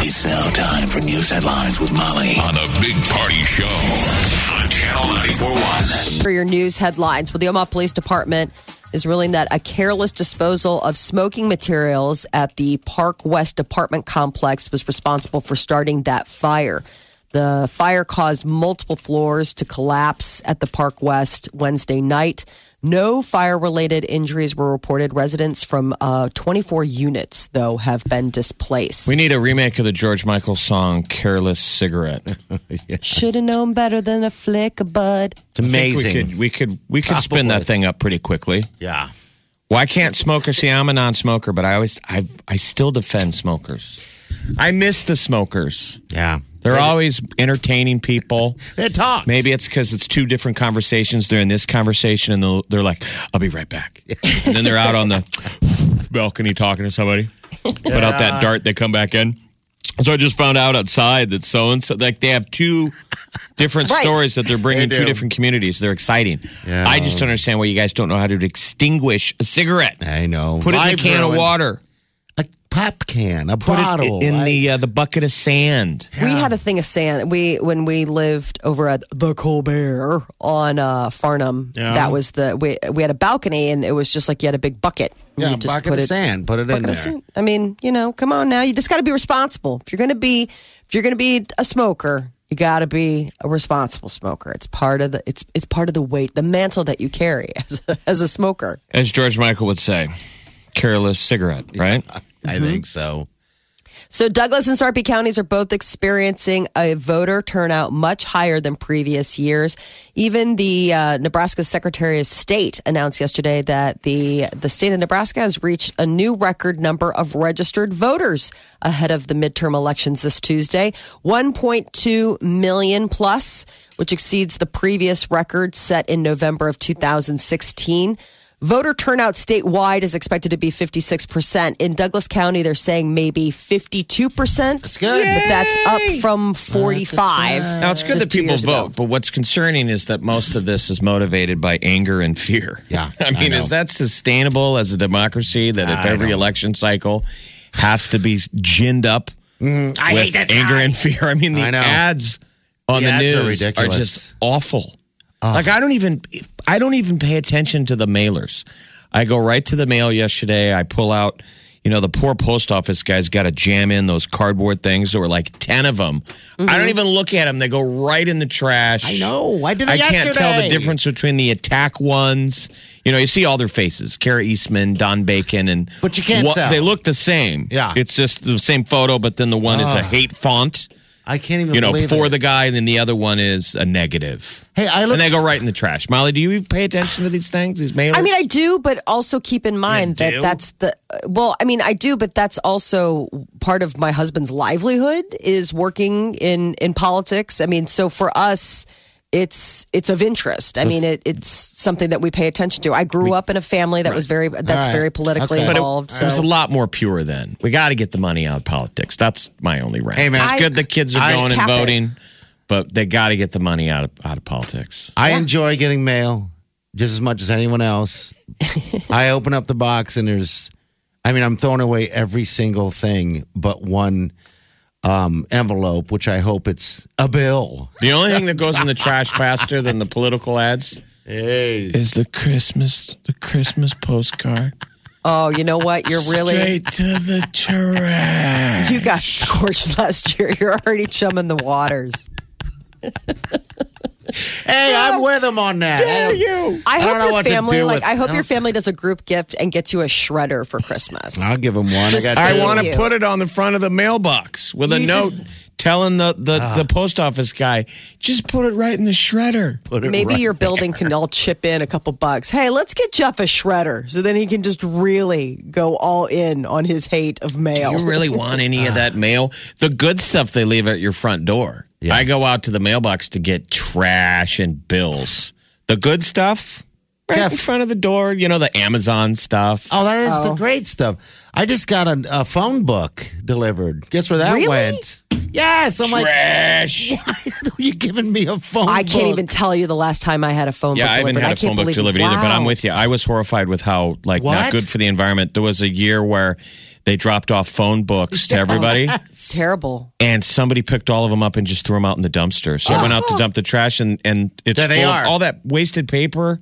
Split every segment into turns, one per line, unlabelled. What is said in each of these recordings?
It's now time for news headlines with Molly on the Big Party Show on Channel 941.
for your news headlines. Well, the Omaha Police Department is ruling that a careless disposal of smoking materials at the Park West apartment complex was responsible for starting that fire. The fire caused multiple floors to collapse at the Park West Wednesday night. No fire related injuries were reported. Residents from uh, 24 units, though, have been displaced.
We need a remake of the George Michael song "Careless Cigarette."
Should have known better than a flick of bud.
It's amazing.
We could we could we could spin that thing up pretty quickly.
yeah.
Why can't smokers see? I'm a non-smoker, but I always I I still defend smokers. I miss the smokers.
Yeah.
They're always entertaining people.
It talks.
Maybe it's because it's two different conversations. They're in this conversation and they'll, they're like, "I'll be right back," and then they're out on the balcony talking to somebody. Put out that dart, they come back in. So I just found out outside that so and so, like they have two different
Right.
stories that they're bringing
They
two
do.
different communities. They're exciting.
Yeah.
I just don't understand why you guys don't know how to extinguish a cigarette.
I know.
Put it in
Why
a can of
ruin-
water.
A pop can, a
Put
bottle.
it in
I-
the uh, the bucket of sand.
We had a thing of sand. We when we lived over at the Colbert on uh, Farnham.
Yeah.
That was the we we had a balcony and it was just like you had a big bucket. and
yeah,
you
a
just
bucket of sand. Put it in
bucket
there.
of sand. I mean, you know, come on now. You just got to be responsible. If you're gonna be if you're gonna be a smoker, you got to be a responsible smoker. It's part of the it's it's part of the weight, the mantle that you carry as a, as a smoker.
As George Michael would say, careless cigarette, right? Mm-hmm.
I think so.
So Douglas and Sarpy counties are both experiencing a voter turnout much higher than previous years. Even the uh, Nebraska Secretary of State announced yesterday that the the state of Nebraska has reached a new record number of registered voters ahead of the midterm elections this Tuesday, 1.2 million plus, which exceeds the previous record set in November of 2016. Voter turnout statewide is expected to be 56%. In Douglas County, they're saying maybe 52%. That's
good.
But that's up from 45.
Now it's good
Just
that
two
people
years ago.
vote, but what's concerning is that most of this is motivated by anger and fear.
Yeah,
I mean,
I know.
is that sustainable as a democracy? That if
I
every
know.
election cycle has to be ginned up
I
with anger and fear, I mean, the
I know.
ads on
The
the,
ads are
news are,
ridiculous.
just awful. Like I don't even, I don't even pay attention to the mailers. I go right to the mail yesterday. I pull out. You know, the poor post office guys got to jam in those cardboard things. There were like 10 of them. I don't even look at them. They go right in the trash.
Mm-hmm. I know. I did it
I can't tell the
yesterday.
difference between the attack ones. You know, you see all their faces: Kara Eastman, Don Bacon, and
But you can't tell.
They look the same.
Yeah.
it's just the same photo, but then the one is a hate font.
I can't even
You know,
believe
for
it.
the guy, and then the other one is a negative.
Hey, I
and
looked-
they go right in the trash. Molly, do you pay attention to these things? These mailers?
I mean, I do, but also keep in mind that that's the uh, well. I mean, I do, but that's also part of my husband's livelihood is working in in politics. I mean, so for us, it's it's of interest. I mean, it, it's something that we pay attention to. I grew up in a family that was very that's
All right.
very politically
Okay. But
But it,
involved.
it was
so
a lot more pure then. We got to get the money out of politics. That's my only rant.
Hey, man.
it's
I-
good the kids are
I-
going and
Cap it.
voting, but they got to get the money out of out of politics.
I enjoy getting mail just as much as anyone else. I open up the box and there's, I mean, I'm throwing away every single thing but one um, envelope, which I hope it's a bill.
The only thing that goes in the trash faster than the political ads
Hey.
is the Christmas the Christmas postcard.
oh, you know what? You're really
to the trash.
you got scorched last year. You're already chumming the waters.
Hey, I'm with him on that. Dare you?
I,
I don't
hope
know
your
what to
family
do
like
with-
I hope
I
your
don't-
family does a group gift and gets you a shredder for Christmas.
I'll give him one.
Just
I got
I
Thank
want
you.
to put it on the front of the mailbox with a
You
note
just-
telling the the, the post office guy, just put it right in the shredder.
Put it
Maybe
right-
your building can all chip in a couple bucks. Hey, let's get Jeff a shredder so then he can just really go all in on his hate of mail.
You really want any of that mail? The good stuff they leave at your front door. I go out to the mailbox to get trash and bills. The good stuff, right in
Jeff.
front of the door. You know the Amazon stuff.
Oh, that is the great stuff. I just got a, a phone book delivered. Guess where that
Really?
went? Yes. I'm like,
trash.
you giving me a phone
I can't
book?"
even tell you the last time I had a phone
Yeah,
book
I haven't
delivered.
had a
can't
phone book
believe-
delivered either, but I'm
Wow.
with you. I was horrified with how like
What?
not good for the environment. There was a year where they dropped off phone books to everybody,
It's terrible.
and somebody picked all of them up and just threw them out in the dumpster. So I went out to dump the trash, and and it's
There
full
they
of
are.
all that wasted paper.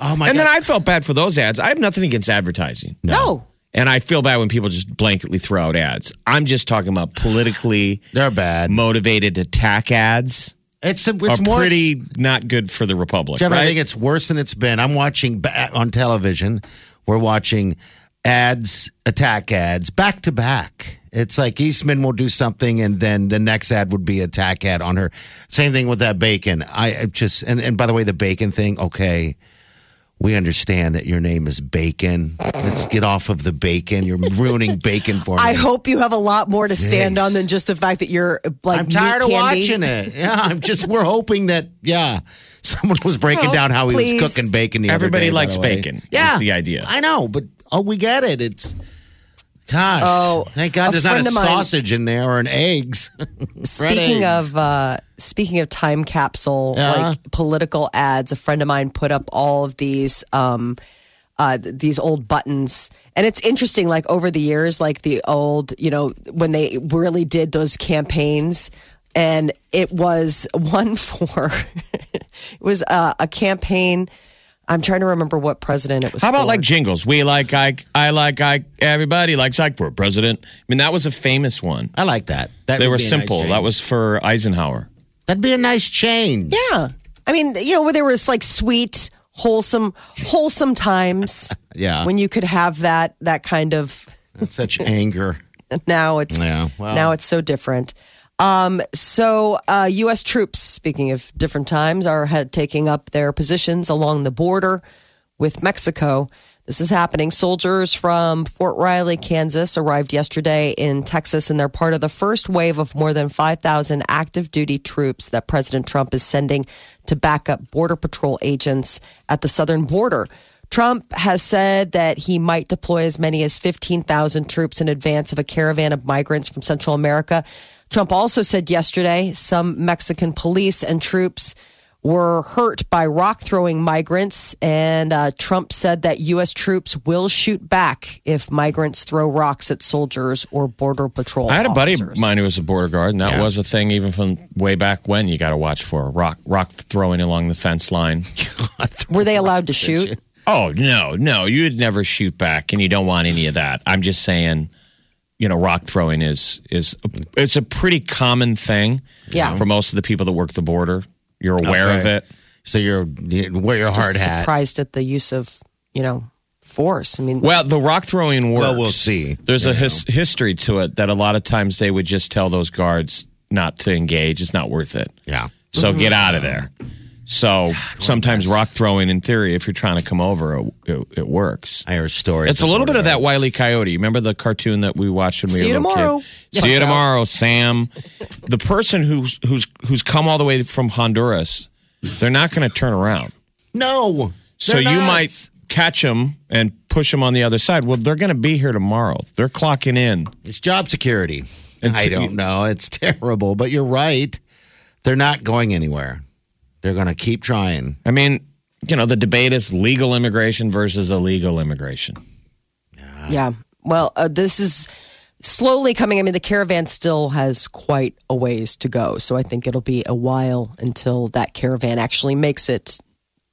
Oh, my
and
God.
then I felt bad for those ads. I have nothing against advertising,
No.
and I feel bad when people just blanketly throw out ads. I'm just talking about politically
They're bad.
motivated attack ads.
It's, it's
are
more.
pretty not good for the republic,
Kevin, I
right?
think it's worse than it's been. I'm watching ba- on television. We're watching ads, attack ads, back to back. It's like Eastman will do something, and then the next ad would be attack ad on her. Same thing with that bacon. I I just and, and by the way, the bacon thing. Okay, we understand that your name is Bacon. Let's get off of the bacon. You're ruining bacon for me.
I hope you have a lot more to stand on than just the fact that you're like
I'm tired of
meat candy.
watching it. Yeah, I'm just. We're hoping that yeah, someone was breaking
Well,
down how he
please.
was cooking bacon. The other
Everybody
day, by
likes
the way.
bacon, is
Yeah,
the idea.
I know, but oh, we get it. It's gosh.
Oh,
thank God,
a
there's not a
friend of mine-
sausage in there or an eggs.
Speaking
eggs.
of uh, speaking of time capsule,
Yeah.
like political ads, a friend of mine put up all of these um, uh, th- these old buttons, and it's interesting. Like over the years, like the old, you know, when they really did those campaigns, and it was one for it was uh, a campaign. I'm trying to remember what president it was.
How about
for.
like jingles? We like Ike. I like Ike. Everybody likes Ike. We're president. I mean, that was a famous one.
I like that. That
They
would
were
be a nice
simple.
change.
that was for Eisenhower.
that'd be a nice change.
Yeah. I mean, you know, where there was like sweet, wholesome, wholesome times.
Yeah.
When you could have that that kind of
Such anger.
now it's
Yeah, well.
now it's so different. Um, so uh, U.S. troops, speaking of different times, are had taking up their positions along the border with Mexico. This is happening. Soldiers from Fort Riley, Kansas, arrived yesterday in Texas, and they're part of the first wave of more than 5,000 active duty troops that President Trump is sending to back up Border Patrol agents at the southern border. Trump has said that he might deploy as many as 15,000 troops in advance of a caravan of migrants from Central America. Trump also said yesterday some Mexican police and troops were hurt by rock throwing migrants. And uh, Trump said that U.S. troops will shoot back if migrants throw rocks at soldiers or Border Patrol.
I had a buddy of
officers.
mine who was a border guard, and that was a thing even from way back when. You got to watch for rock rock throwing along the fence line.
Were they allowed to shoot?
Oh no, no, you'd never shoot back, and you don't want any of that. I'm just saying, you know, rock throwing is is it's a pretty common thing.
Yeah.
for most of the people that work the border, you're aware of
Okay.
it.
So you're you wear your hard
Just
hat.
Surprised at the use of, you know, force. I mean,
Well, the rock throwing works.
Well, we'll see.
There's a his- history to it that a lot of times they would just tell those guards not to engage. It's not worth it.
Yeah.
So get
Mm-hmm.
out of there. So sometimes rock throwing, in theory, if you're trying to come over, it, it, it works.
I hear stories.
It's a little bit of that
Why
Wiley Coyote. Remember the cartoon that we watched when we
See
were
you
little
tomorrow.
kid? See you tomorrow, Sam. The person who's who's who's come all the way from Honduras, they're not going to turn around.
No.
So you might catch them and push them on the other side. Well, they're going to be here tomorrow. They're clocking in.
It's job security.
And
I
t-
don't know. It's terrible, but you're right. They're not going anywhere. They're going to keep trying.
I mean, you know, the debate is legal immigration versus illegal immigration.
Yeah. Well, uh, this is slowly coming. I mean, the caravan still has quite a ways to go. So I think it'll be a while until that caravan actually makes it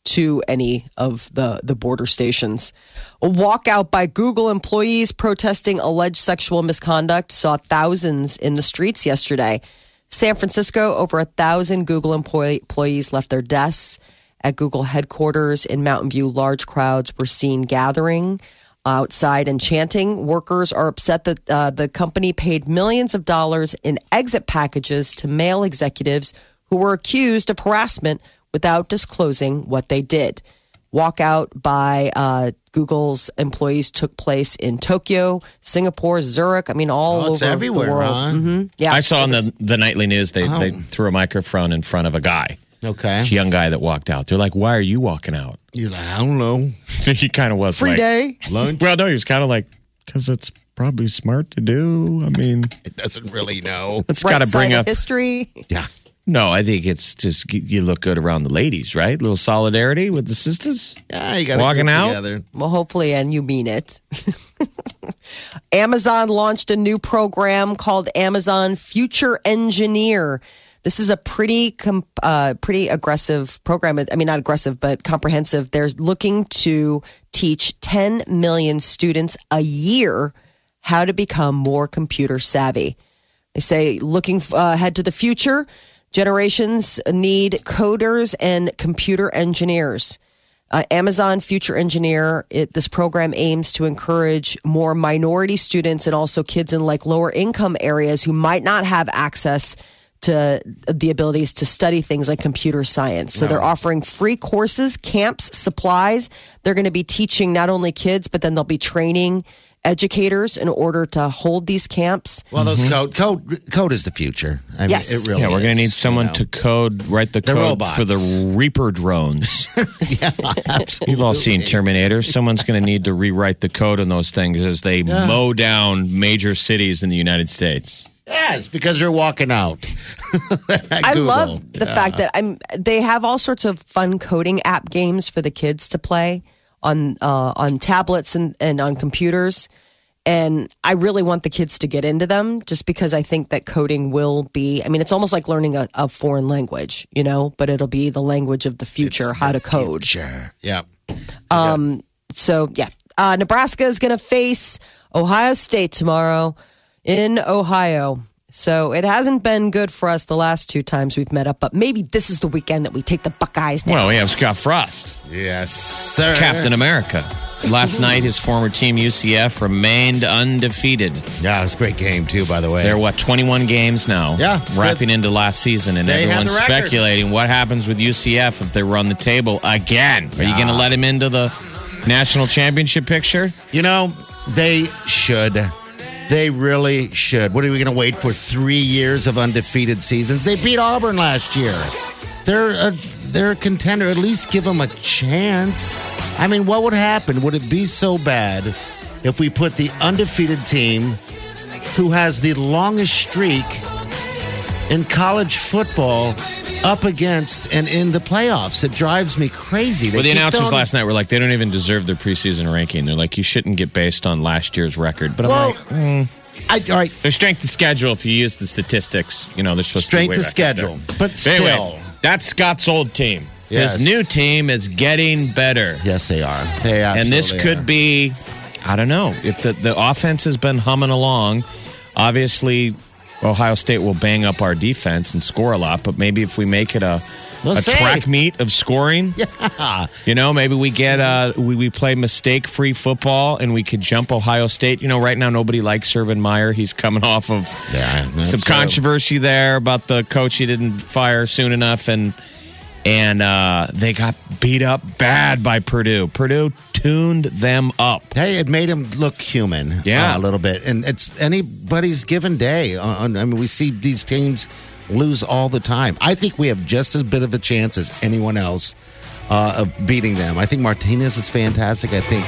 to any of the, the border stations. A walkout by Google employees protesting alleged sexual misconduct saw thousands in the streets yesterday. San Francisco, over a thousand Google employ- employees left their desks at Google headquarters in Mountain View. Large crowds were seen gathering. outside and chanting. Workers are upset that uh, the company paid millions of dollars in exit packages to male executives who were accused of harassment without disclosing what they did. Walkout by uh, Google's employees took place in Tokyo, Singapore, Zurich. I mean, all
Oh, it's
over
everywhere,
the world.
Mm-hmm.
huh?
Mhm. Yeah,
I saw
It
on
was-
the, the nightly news they, they
Oh.
threw a microphone in front of a guy,
Okay.
this young guy that walked out. They're like, "Why are you walking out?"
You're like, I don't know.
he kind of was
free
like,
day.
Lunch?
Well, no, he was kind of like, "Cause it's probably smart to do." I mean,
it doesn't really know.
it's got to
Right
bring
side of
up.
history.
Yeah.
No, I think it's just you- you look good around the ladies, right? little solidarity with the sisters.
Yeah, you got to
Walking out?
Together.
Well, hopefully, and you mean it. Amazon launched a new program called Amazon Future Engineer. This is a pretty, com- uh, pretty aggressive program. I mean, not aggressive, but comprehensive. They're looking to teach 10 million students a year how to become more computer savvy. They say looking uh, ahead to the future, generations need coders and computer engineers. Uh, Amazon Future Engineer, it, this program aims to encourage more minority students and also kids in like lower income areas who might not have access to the abilities to study things like computer science. So they're offering free courses, camps, supplies. They're going to be teaching not only kids, but then they'll be training educators in order to hold these camps.
Well, those code code code is the future. I mean,
Yes.
it really.
Mm-hmm. Yeah, we're going to
is,
need someone
you
to code, write the
They're
code for the
robots.
Reaper drones.
know. Yeah, absolutely.
We've all seen Terminator. Someone's going to need to rewrite the code on those things as they mow down major cities in the United States.
Yes, because you're walking out.
I love the fact that I'm. They have all sorts of fun coding app games for the kids to play on uh, on tablets and, and on computers. And I really want the kids to get into them, just because I think that coding will be. I mean, it's almost like learning a, a foreign language, you know. But it'll be the language of the future, how to code.
Sure. Yeah.
So yeah, uh, Nebraska is going to face Ohio State tomorrow in Ohio. So it hasn't been good for us the last two times we've met up, but maybe this is the weekend that we take the Buckeyes down.
Well, we have Scott Frost,
Yes, sir.
Captain America. Last night, his former team UCF remained undefeated.
Yeah, it was a great game too. By the way,
They're what 21 games now.
Yeah.
wrapping into last season, and
They have
everyone's
the record.
speculating what happens with UCF if they run the table again. Are you going to let him into the national championship picture?
You know, they should. They really should. What are we going to wait for? Three years of undefeated seasons. They beat Auburn last year. They're a they're a contender. At least give them a chance. I mean, what would happen? Would it be so bad if we put the undefeated team, who has the longest streak in college football, up against and in the playoffs? It drives me crazy. They
Well, the
keep
announcers
throwing-
last night were like, they don't even deserve their preseason ranking. They're like, you shouldn't get based on last year's record. But I'm
Well,
like, mm.
I, all right.
their strength of schedule, if you use the statistics, you know, they're supposed
Strength
to
of
be way back up
schedule,
there.
but still.
Anyway, that's Scott's old team.
Yes.
His new team is getting better.
Yes, they are. They
and this
absolutely
could
are.
be, I don't know, if the, the offense has been humming along, obviously Ohio State will bang up our defense and score a lot, but maybe if we make it a,
We'll
a
see.
track meet of scoring,
Yeah.
you know, maybe we get uh we, we play mistake free football and we could jump Ohio State. You know, right now nobody likes Urban Meyer. He's coming off of
Yeah, that's
some
true.
controversy there about the coach he didn't fire soon enough and and uh, they got beat up bad by Purdue. Purdue tuned them up.
Hey, it made him look human.
Yeah.
uh, a little bit, and it's anybody's given day. On, I mean, we see these teams lose all the time. I think we have just as bit of a chance as anyone else uh, of beating them. I think Martinez is fantastic. I think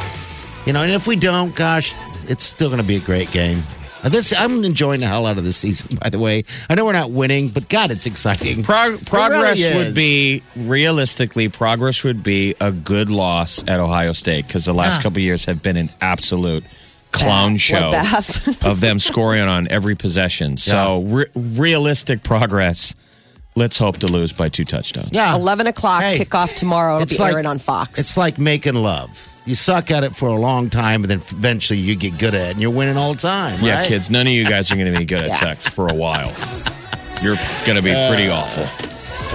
you know, and if we don't, gosh, it's still going to be a great game. Uh, This I'm enjoying the hell out of this season. By the way, I know we're not winning, but God, it's exciting.
Prog-
It
progress
really
would
is.
be realistically progress would be a good loss at Ohio State because the last
Yeah.
couple years have been an absolute clown show
bath.
of them scoring on every possession. So re- realistic progress. Let's hope to lose by two touchdowns.
yeah.
11 o'clock
Hey,
kickoff tomorrow. It'll
it's
be
like-
airing on Fox.
It's like making love. You suck at it for a long time, and then eventually you get good at it, and you're winning all the time.
Yeah,
right?
kids, none of you guys are going to be good at sex for a while. You're going to be pretty awful.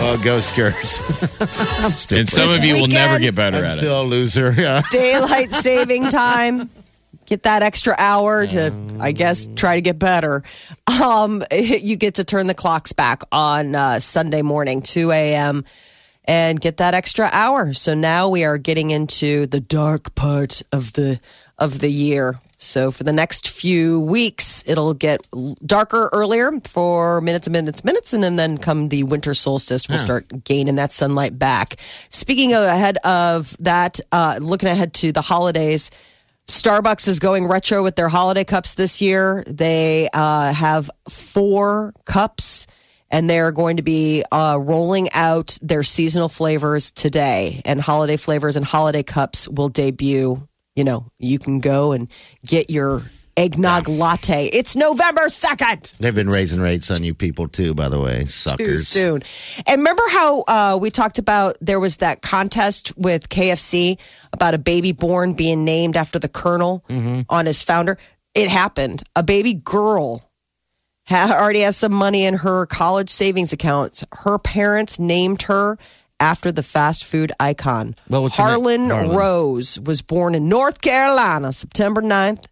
Oh, go skirts. I'm still.
And some
This
of you will never
weekend-
get better
I'm
at
still a loser. Yeah.
Daylight saving time. get that extra hour to, I guess, try to get better. Um, you get to turn the clocks back on uh, Sunday morning, 2 a.m., and get that extra hour. So now we are getting into the dark part of the of the year. So for the next few weeks, it'll get darker earlier for minutes and minutes, minutes, and then come the winter solstice. We'll start gaining that sunlight back. Speaking of ahead of that, uh, looking ahead to the holidays, Starbucks is going retro with their holiday cups this year. They uh, have four cups, and they're going to be uh, rolling out their seasonal flavors today. And holiday flavors and holiday cups will debut. You know, you can go and get your eggnog latte. It's November 2nd.
They've been raising rates on you people too, by the way, suckers.
Too soon. And remember how uh, we talked about there was that contest with KFC about a baby born being named after the colonel
Mm-hmm.
on his founder? It happened. A baby girl ha- already has some money in her college savings accounts. Her parents named her after the fast food icon.
Well, what's her
Harlan,
name? Harlan.
Rose was born in North Carolina, September 9th.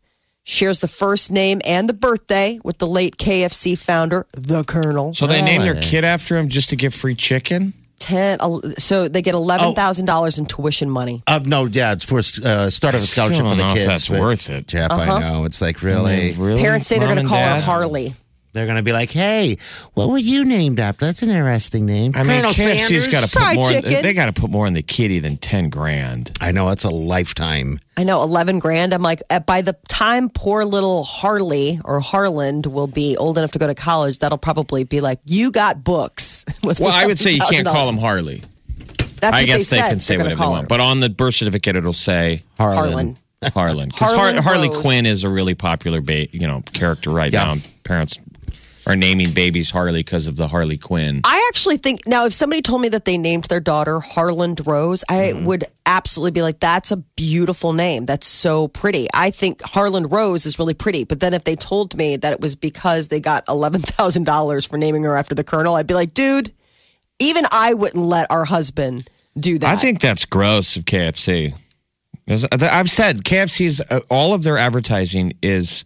Shares the first name and the birthday with the late KFC founder, the Colonel.
So they named their
Really?
kid after him just to get free chicken?
ten. el- So they get
Oh.
eleven thousand dollars in tuition money.
Uh, no, yeah, it's for uh, start of a
Still
scholarship for
don't
the
know if
kids.
that's
but,
worth it.
Jeff,
Uh-huh.
I know it's like really,
Really?
Parents say they're
Mom
going to call
and
her
Dad?
Harley.
they're gonna be like, "Hey, what were you named after? That's an interesting name."
I mean, KFC's got to put
Fried
more.
chicken.
They got to put more in the kitty than ten grand.
I know it's a lifetime.
I know eleven grand. I'm like, uh, by the time poor little Harley or Harland will be old enough to go to college, that'll probably be like, you got books. with
Well, I would say you can't call
$11,000.
them Harley.
That's
I
what
guess
they,
they
said
can say
they're gonna
whatever they
call
want,
her.
but on the birth certificate it'll say
Harlan.
Harlan because
Harlan
Harley
Rose.
Quinn is a really popular ba- you know character right
Yeah.
now. Parents are naming babies Harley because of the Harley Quinn.
I actually think now, if somebody told me that they named their daughter Harland Rose, I
Mm-hmm.
would absolutely be like, that's a beautiful name. That's so pretty. I think Harland Rose is really pretty. But then if they told me that it was because they got $11,000 for naming her after the colonel, I'd be like, dude, even I wouldn't let our husband do that.
I think that's gross of KFC. There's- I've said KFC's uh, all of their advertising is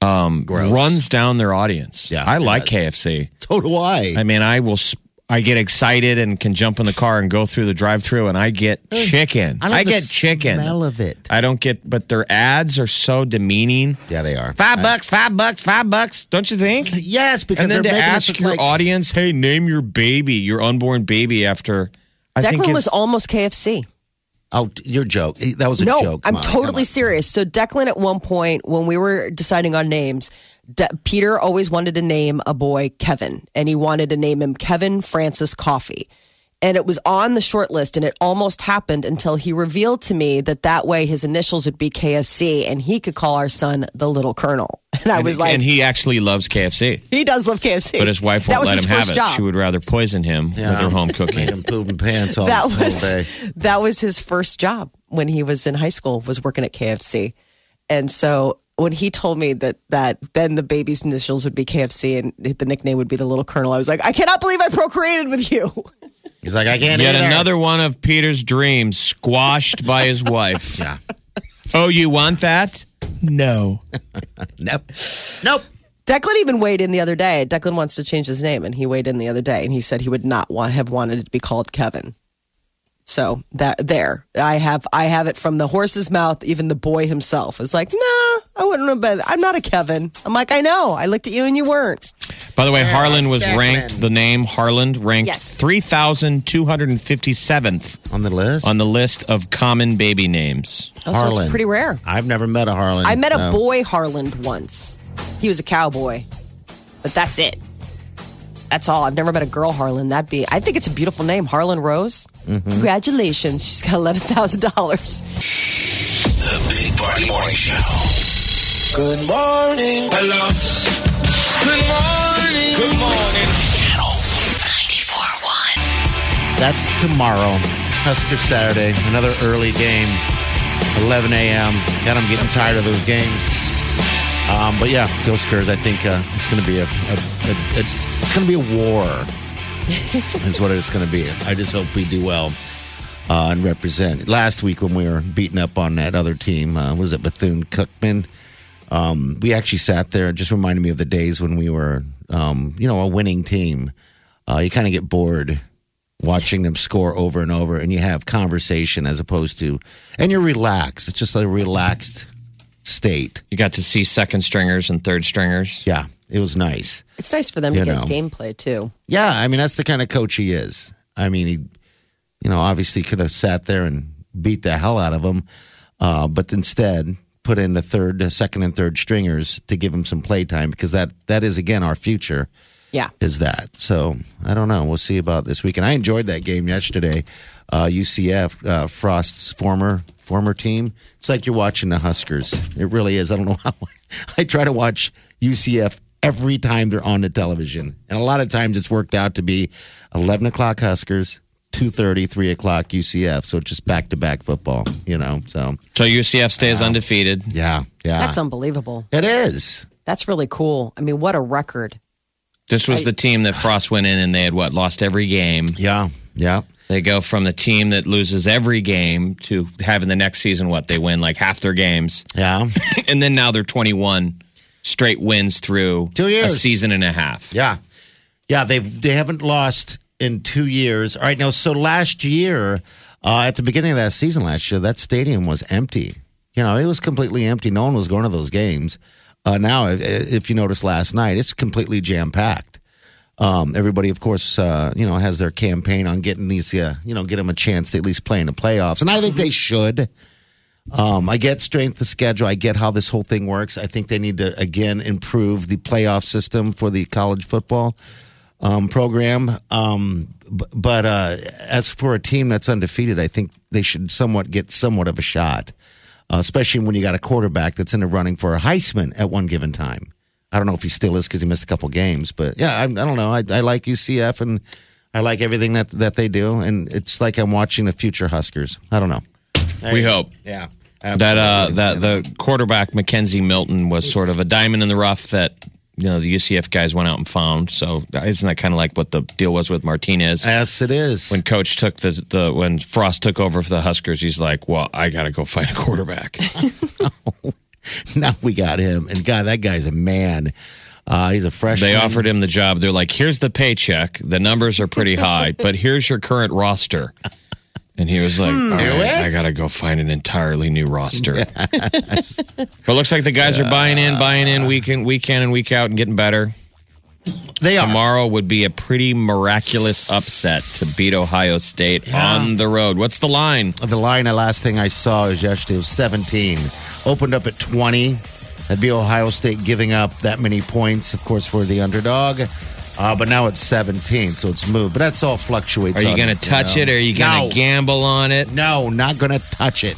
um, runs down their audience.
Yeah,
I
it
like
does.
KFC.
So do I.
I mean, I will. Sp- I get excited and can jump in the car and go through the drive-through, and I get chicken.
I love
I,
the
get chicken.
smell of it.
I don't get, but their ads are so demeaning.
yeah, they are.
Five bucks, five bucks, five bucks. Don't you think?
Yes, because
And then to
they're making us
ask
look
your
like-
audience, hey, name your baby, your unborn baby after. I think
Declan
it's,
was almost KFC.
Oh, your joke. That was a
no,
joke.
I'm
Molly. Come
totally
on.
serious. So Declan, at one point when we were deciding on names, De- Peter always wanted to name a boy Kevin, and he wanted to name him Kevin Francis Coffee. And it was on the short list, and it almost happened until he revealed to me that that way his initials would be KFC, and he could call our son the Little Colonel. And I
and,
was like,
and
he,
he actually loves KFC,
does love KFC,
but his wife
That
won't
was
let
his
him have
first
it.
Job.
She would rather poison him with her home cooking.
Making pooping pants all,
that
all day.
was that was his first job when he was in high school was working at KFC, and so when he told me that that then the baby's initials would be KFC and the nickname would be the Little Colonel, I was like, I cannot believe I procreated with you.
He's like, I can't
Yet
either.
another one of Peter's dreams squashed by his wife.
Yeah.
Oh, you want that? No.
Nope. Nope.
Declan even weighed in the other day. Declan wants to change his name, and he weighed in the other day, and he said he would not want have wanted it to be called Kevin. So that there, I have I have it from the horse's mouth. Even the boy himself is like, Nah, I wouldn't have been. I'm not a Kevin. I'm like, I know. I looked at you, and you weren't.
By the way, Harlan was ranked, the name Harlan ranked
Yes.
3,257th
On the list?
on the list of common baby names.
Oh, so it's pretty rare.
I've never met a Harlan.
I met a
No.
boy Harland once. He was a cowboy, but that's it. That's all. I've never met a girl Harlan. That'd be. I think it's a beautiful name, Harlan Rose.
Mm-hmm.
Congratulations, she's got eleven thousand dollars.
The Big Party Morning Show. Good morning. Hello. Good morning. Good morning. Channel 941.
That's tomorrow. Husker Saturday. Another early game. 11 a.m. God, I'm getting tired of those games. Um, but yeah, go Scurs. I think uh, it's going to be a, a, a, a it's going to be a war. is what it's going to be. I just hope we do well. uh, and represent. Last week when we were beating up on that other team, uh, was it Bethune Cookman? Um, we actually sat there. It just reminded me of the days when we were, um, you know, a winning team. Uh, you kind of get bored watching them score over and over, and you have conversation as opposed to, and you're relaxed. It's just a relaxed state.
You got to see second stringers and third stringers.
Yeah, it was nice.
It's nice for them to
You
get
know.
gameplay too.
Yeah, I mean that's the kind of coach he is. I mean he, you know, obviously could have sat there and beat the hell out of him, uh, but instead put in the third, second, and third stringers to give him some play time because that that is again our future
Yeah.
is that. So I don't know. We'll see about this weekend. I enjoyed that game yesterday. Uh, UCF uh, Frost's former former team. It's like you're watching the Huskers. It really is. I don't know how. I try to watch UCF every time they're on the television, and a lot of times it's worked out to be 11 o'clock Huskers. 2.30 3 o'clock ucf so just back-to-back football you know so
So UCF stays undefeated.
yeah yeah
That's unbelievable.
it is
That's really cool. I mean, what a record.
This was the team that Frost went in and they had what lost every game.
yeah yeah
They go from the team that loses every game to having the next season what they win like half their games,
yeah
and then now they're 21 straight wins through
Two years.
a season and a half.
Yeah. Yeah, they they haven't lost in 2 years. All right, now so last year uh, at the beginning of that season last year, that stadium was empty. You know, it was completely empty. No one was going to those games. Uh, now, if, if you notice last night, it's completely jam packed. Um, everybody, of course, uh, you know, has their campaign on getting these, uh, you know, get them a chance to at least play in the playoffs, and I think they should. Um, I get strength of schedule. I get how this whole thing works. I think they need to again improve the playoff system for the college football um, program. Um, b- but uh, as for a team that's undefeated, I think they should somewhat get somewhat of a shot, uh, especially when you got a quarterback that's in the running for a Heisman at one given time. I don't know if he still is because he missed a couple games, but yeah, I, I don't know. I, I like UCF and I like everything that that they do, and it's like I'm watching the future Huskers. I don't know.
We hope.
Yeah.
that uh, that the quarterback Mackenzie Milton was sort of a diamond in the rough that you know the UCF guys went out and found. So uh, isn't that kind of like what the deal was with Martinez?
Yes, it is.
When Coach took the, the when Frost took over for the Huskers, he's like, "Well, I got to go find a quarterback."
now we got him, and God, that guy's a man. Uh, he's a freshman.
they offered him the job. They're like, "Here's the paycheck. The numbers are pretty high, but here's your current roster." And he was like,
Hmm.
"All right, I got to go find an entirely new roster." but looks like the guys are buying in, buying in week in, week in and week out, and getting better.
They are.
tomorrow would be a pretty miraculous upset to beat Ohio State on the road. What's the line?
The line, the last thing I saw is yesterday was 17. Opened up at 20. That'd be Ohio State giving up that many points. Of course, we're the underdog. Uh, but now it's 17, so it's moved. But that's all fluctuates.
Are you
on
going to touch
know.
it? Are you going to
No.
gamble on it?
No, not going to touch it.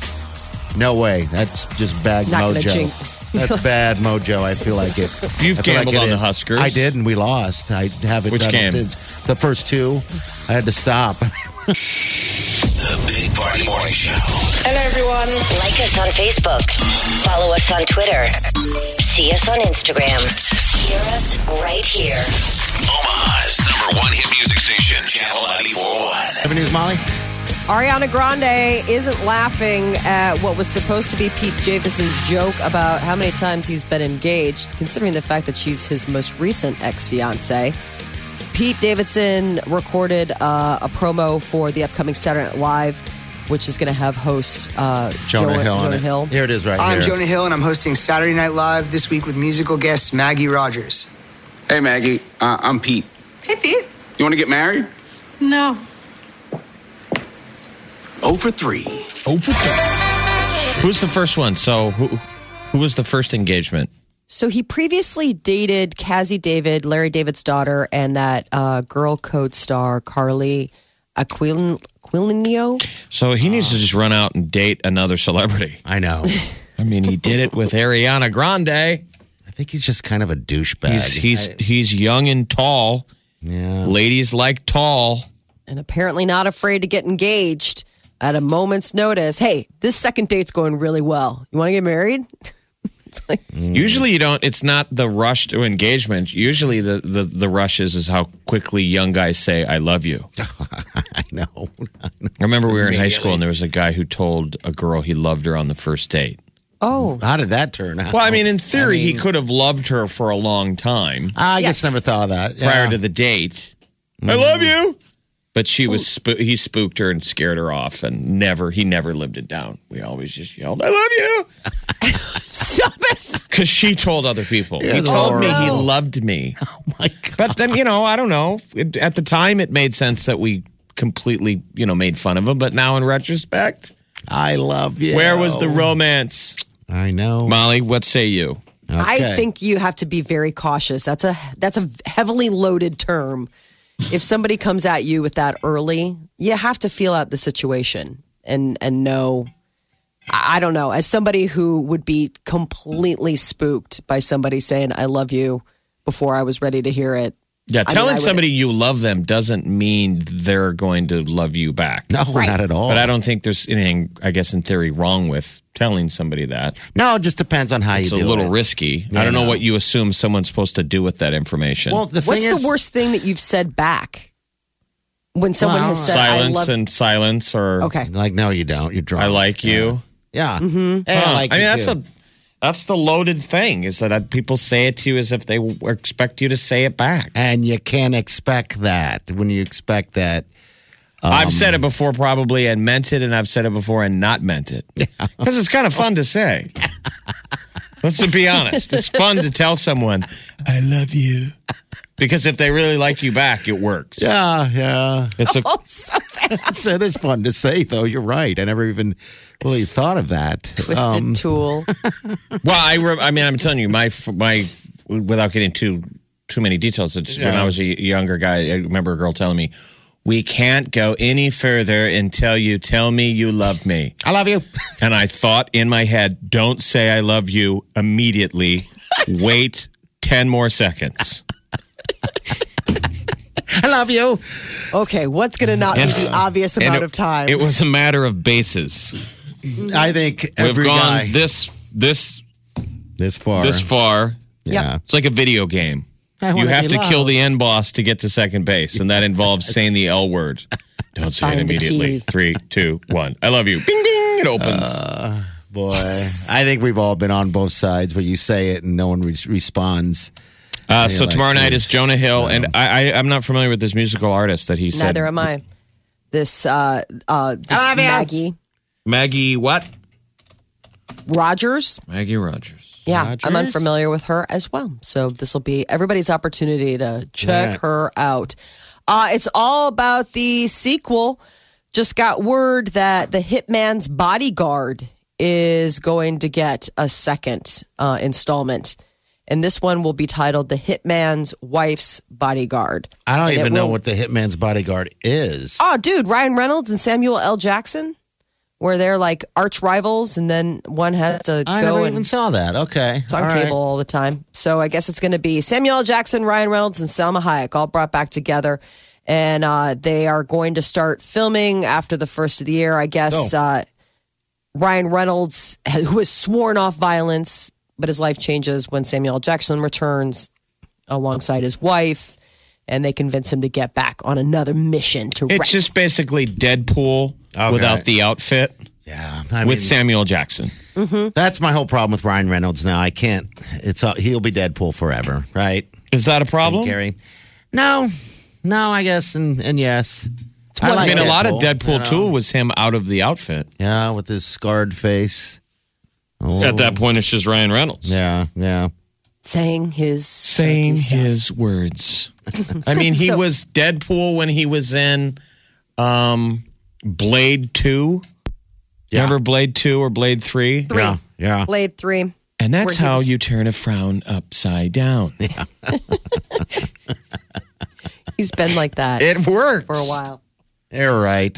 No way. That's just bad
Not gonna
mojo.
jinx.
That's bad mojo. I feel like it.
You've
I feel
gambled
it
on the
is.
Huskers.
I did, and we lost. I haven't
Which
done
game?
it since the first two. I had to stop.
The Big Party Morning Show.
Hello, everyone.
Like us on Facebook. Follow us on Twitter. See us on Instagram. Hear us right here.
Omaha's number one hit music station. Channel 941.
Have news, Molly?
Ariana Grande isn't laughing at what was supposed to be Pete Davidson's joke about how many times he's been engaged, considering the fact that she's his most recent ex fiance. Pete Davidson recorded uh, a promo for the upcoming Saturday Night Live, which is going to have host uh,
Jonah
Joe-
Hill on
Jonah
it.
Hill.
Here it is right here.
I'm Jonah Hill, and I'm hosting Saturday Night Live this week with musical guest Maggie Rogers.
Hey, Maggie. Uh, I'm Pete.
Hey, Pete.
You want to get married?
No.
Over three.
Who's the first one? So who who was the first engagement?
So he previously dated Cassie David, Larry David's daughter, and that uh, girl code star Carly Aquilin- Aquilino.
So he needs to just run out and date another celebrity.
I know.
I mean, he did it with Ariana Grande.
I think he's just kind of a douchebag.
He's he's he's young and tall.
yeah.
Ladies like tall.
and apparently not afraid to get engaged at a moment's notice. Hey, this second date's going really well. You want to get married? it's like,
Mm.
Usually you don't. It's not the rush to engagement. Usually the, the the rush is is how quickly young guys say "I love you."
No.
I remember we were in high
Immediately.
school and there was a guy who told a girl he loved her on the first date.
Oh,
How did that turn out?
Well, I mean, in theory, he
mean-
could have loved her for a long time
I
Yes.
just never thought of that.
prior
Yeah.
to the date. I love you. But she was sp- he spooked her and scared her off, and never he never lived it down. We always just yelled, "I love you,"
stop it.
because she told other people. He
Yes.
told
Oh,
me he
no.
loved me,
oh my God.
but then you know I don't know. It, at the time, it made sense that we completely you know made fun of him, but now in retrospect,
I love you.
where was the romance,
I know.
Molly? What say you?
I
Okay.
think you have to be very cautious. That's a that's a heavily loaded term. If somebody comes at you with that early, you have to feel out the situation and and know. I I don't know. As somebody who would be completely spooked by somebody saying "I love you" before I was ready to hear it,
Yeah,
mean,
telling
I would-
somebody you love them doesn't mean they're going to love you back.
No, not at all.
But I don't think there's anything, I guess, in theory, wrong with telling somebody that.
no, it just depends on how
It's a
you do
little
it.
risky. I don't know what you assume someone's supposed to do with that information.
Well, the
what's
thing is,
the worst thing that you've said back when someone
Well,
has said
silence
"I love"?
and silence, or
okay,
Like, no, you don't. You're drunk.
I like you.
Yeah. Mm-hmm. Hey, I
Huh.
like
I mean,
you
that's
too.
a that's the loaded thing is that uh, people say it to you as if they w- expect you to say it back.
And you can't expect that when you expect that.
I've said it before, probably, and meant it, and I've said it before and not meant it. Because it's kind of fun to say. Let's be honest. It's fun to tell someone, I love you. Because if they really like you back, it works.
Yeah, yeah.
It's
Oh.
a,
That's, it is fun to say, though. You're right. I never even really thought of that.
twisted
Um,
tool.
well, I, re- I mean, I'm telling you, my, f- my, without getting too, too many details, it's when I was a younger guy, I remember a girl telling me, we can't go any further until you tell me you love me.
I love you.
And I thought in my head, don't say I love you immediately. Wait 10 more seconds.
I love you.
Okay, what's going to not be the obvious
And
amount
it-
of time?
It was a matter of bases.
Mm-hmm.
I think every
We've gone
guy
this this
this far.
this far.
Yeah.
It's like a video game.
I
You
wanna
have
be
to kill
loved.
the end boss to get to second base, and that involves saying the L word. Don't say it
Find the key.
immediately. Three, two, one. I love you. Ding ding. It opens.
Boy, I think we've all been on both sides where you say it and no one re- responds.
Uh, so
like,
tomorrow night is Jonah Hill, and I, I I'm not familiar with this musical artist that he said.
Neither am I. This uh uh this Maggie
Maggie what?
Rogers.
Maggie Rogers.
Yeah, I'm
Rogers?
unfamiliar with her as well. So this will be everybody's opportunity to check
Yeah.
her out. Uh it's all about the sequel. Just got word that the Hitman's Bodyguard is going to get a second uh, installment. And this one will be titled The Hitman's Wife's Bodyguard.
I don't
And it
even know
will-
what the hitman's bodyguard is.
Oh, dude, Ryan Reynolds and Samuel L. Jackson, where they're like arch rivals, and then one has to
I
go
never
and
even saw that. Okay.
it's on cable all the time. So I guess it's going to be Samuel L. Jackson, Ryan Reynolds, and Selma Hayek all brought back together, and uh, they are going to start filming after the first of the year, I guess. Uh, Ryan Reynolds, who has sworn off violence, but his life changes when Samuel L. Jackson returns alongside his wife. And they convince him to get back on another mission to
It's
wreck
just basically Deadpool without the outfit
Yeah. I
with
mean,
Samuel Jackson.
that's my whole problem with Ryan Reynolds now. I can't. It's uh, he'll be Deadpool forever, right?
Is that a problem?
Gary. No. No, I guess and and yes.
one
I mean, a lot of
you
Deadpool
know.
too was him out of the outfit.
Yeah, with his scarred face. Oh,
At that point, it's just Ryan Reynolds
Yeah, yeah.
saying his
saying
snarky stuff.
his words. I mean, he
So-
was Deadpool when he was in um, Blade Two.
Yeah.
Remember Blade Two or Blade Three?
Three.
Yeah, yeah.
Blade three.
And that's
Where he
how
was-
you turn a frown upside down.
He's been like that
It works
for a while.
You're right.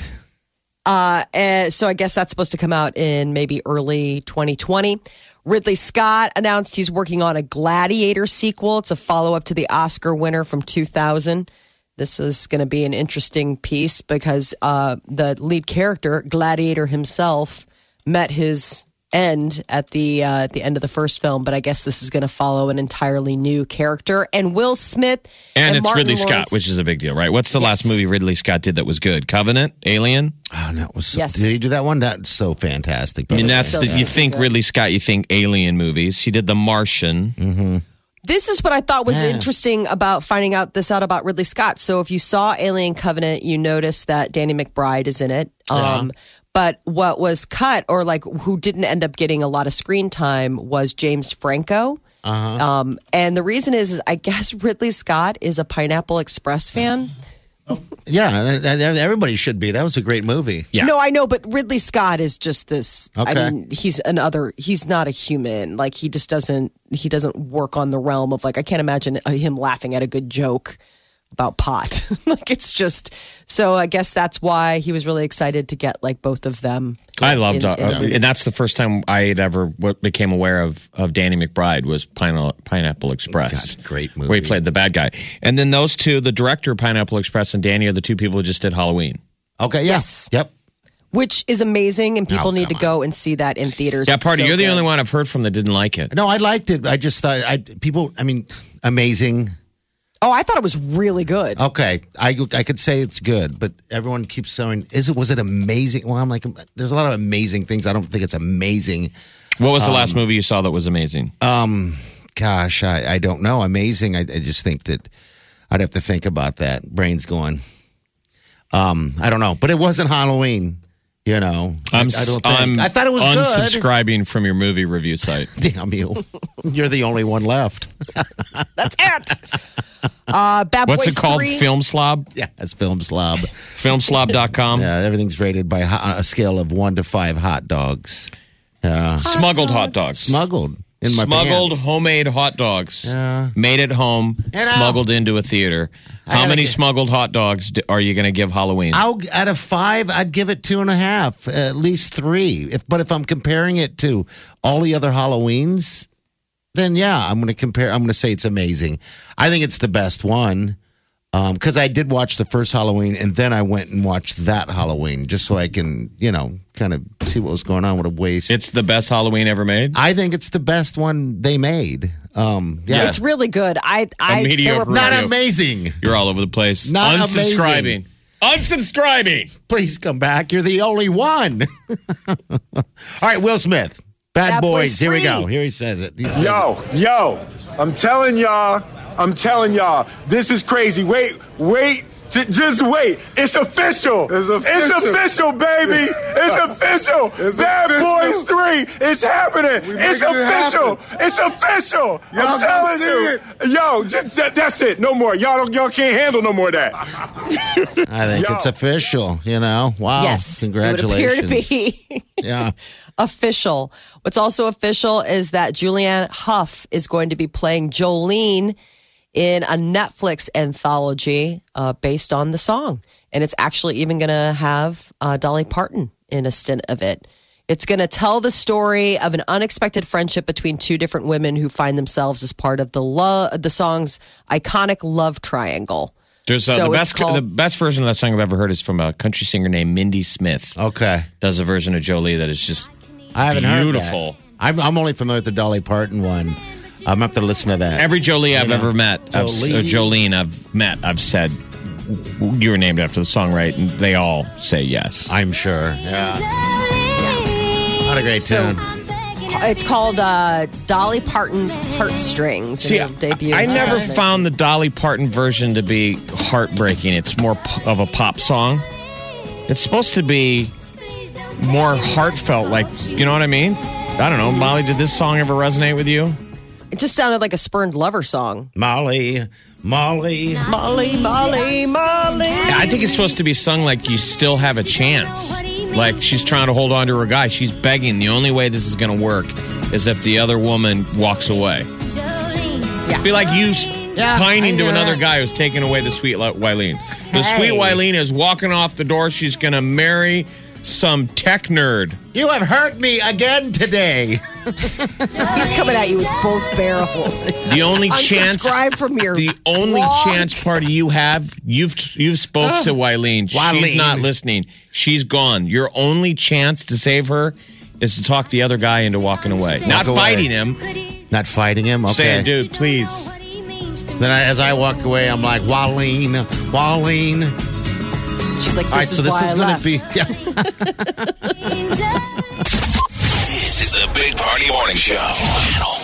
Uh, and so I guess that's supposed to come out in maybe early 2020. Ridley Scott announced he's working on a Gladiator sequel. It's a follow up to the Oscar winner from 2000. This is going to be an interesting piece because uh, the lead character, Gladiator himself, met his end at the uh, at the end of the first film, but I guess this is going to follow an entirely new character. And Will Smith
And, it's
Martin
Ridley Scott,
Lawrence-
which is a big deal, right? What's the last movie Ridley Scott did that was good? Covenant, Alien.
Oh, and that was so,
Yes.
Did he do that one? That's so fantastic.
I mean,
by the
that's
way.
so
the, you
good.
think Ridley Scott, you think Alien movies. He did The Martian.
Mm-hmm.
This is what I thought was
Yeah.
interesting about finding out this out about Ridley Scott. So if you saw Alien Covenant, you noticed that Danny McBride is in it. Um, But what was cut or like who didn't end up getting a lot of screen time was James Franco. Um, and the reason is, is I guess Ridley Scott is a Pineapple Express fan.
yeah. and- and Everybody should be. That was a great movie.
Yeah.
No, I know, but Ridley Scott is just this. I
Okay.
mean, he's another. He's not a human. Like he just doesn't. He doesn't work on the realm of like. I can't imagine uh, him laughing at a good joke about pot. like it's just. So I guess that's why he was really excited to get like both of them.
I loved,
In-
uh,
in-
and that's the first time I had ever what became aware of of Danny McBride was Pineapple, Pineapple Express.
God, great
Where he
movie.
played the bad guy, and then those two, the director of Pineapple Express and Danny, are the two people who just did Halloween.
Okay. yeah.
Yes.
Yep.
Which is amazing, and people
Oh,
need to
come
go and see that in theaters.
Yeah, party.
So
you're the
good.
only one I've heard from that didn't like it.
No, I liked it. I just thought I people. I mean, amazing.
Oh, I thought it was really good.
Okay, I I could say it's good, but everyone keeps saying, "Is it? Was it amazing?" Well, I'm like, there's a lot of amazing things. I don't think it's amazing.
What was the
Um,
last movie you saw that was amazing?
Gosh, I, I don't know. Amazing. I, I just think that I'd have to think about that. Brain's going. Um, I don't know, but it wasn't Halloween. You know,
I'm,
I, I don't think.
am
I thought it was good.
unsubscribing from your movie review site.
Damn you! You're the only one left.
That's it. Uh, Bad
What's
Boys
it called?
3.
Film Slob?
Yeah, that's film slob.
Filmslob.com?
Uh, everything's rated by ho- a scale of one to five hot dogs.
Smuggled hot dogs.
Smuggled in my
Smuggled
pants.
homemade hot dogs.
Yeah.
Made at home,
And uh, I'll-
smuggled into a theater. How
gotta
many
get-
smuggled hot dogs d are you going to give Halloween?
I'll out of five, I'd give it two and a half, at least three. If but if I'm comparing it to all the other Halloweens, then yeah, I'm going to compare. I'm going to say it's amazing. I think it's the best one because I did watch the first Halloween and then I went and watched that Halloween just so I can you know kind of see what was going on. What a waste!
it's the best Halloween ever made.
I think it's the best one they made. Um, yeah,
It's really good. I, I
A
there were
mediocre
not
review.
amazing.
You're all over the place.
Not
Unsubscribing. Unsubscribing.
Please come back. You're the only one. All right, Will Smith. Bad,
Bad
boys.
Boys
Here we
three.
go. Here he says it. He says
Yo, yo, I'm telling y'all, I'm telling y'all, this is crazy. Wait, wait, j- just wait. It's official. It's official, baby. It's official. Bad Boys 3, it's happening. It's official. It's official. I'm telling you. Yo, just, that, that's it. No more. Y'all don't, y'all can't handle no more of that.
it. I think
Yo.
it's official. You know? Wow.
Oh,
Yes.
Congratulations.
It would appear to be
yeah.
official. What's also official is that Julianne Huff is going to be playing Jolene in a Netflix anthology uh, based on the song. And it's actually even going to have uh, Dolly Parton in a stint of it. It's going to tell the story of an unexpected friendship between two different women who find themselves as part of the lo- the song's iconic love triangle.
There's uh,
So
the
it's
best
called-
the best version of that song I've ever heard is from a country singer named Mindy Smith.
Okay.
Does a version of Jolie that is just
I haven't
Beautiful.
heard that. I'm, I'm only familiar with the Dolly Parton one. I'm up to listen to that.
Every Jolie I've ever met, I've,
Jolie.
uh, Jolene I've met, I've said you were named after the song, right? And they all say yes.
I'm sure. Yeah. What a great
So-
tune.
It's called uh, Dolly Parton's Heartstrings.
See,
and it'll debut
I I
in
never
2019.
found the Dolly Parton version to be heartbreaking. It's more p- of a pop song. It's supposed to be more heartfelt, like you know what I mean. I don't know, Molly. Did this song ever resonate with you?
It just sounded like a spurned lover song.
Molly. Molly.
Molly, Molly, Molly.
I think it's supposed to be sung like you still have a chance. Like she's trying to hold on to her guy. She's begging. The only way this is going to work is if the other woman walks away. Be like you s-
Yeah,
pining
I
to
hear
another
it.
guy who's taking away the sweet Li- Wileen. The sweet
Hey.
Wileen is walking off the door. She's going to marry some tech nerd.
You have hurt me again today.
He's coming at you with both barrels.
The only chance.
Unsubscribe from your
The only
blog.
chance party you have, you've you've spoke
Oh,
to Wileen. She's
Wileen.
not listening. She's gone. Your only chance to save her is to talk the other guy into walking away, not
away.
biting him,
Not fighting him. Okay.
saying, "Dude, please."
Then I, as I walk away, I'm like, Wallene, Wallene.
She's like, this
All right,
is
so this
why
is
I
going
left.
to be. Yeah.
This is the Big Party Morning Show. Channel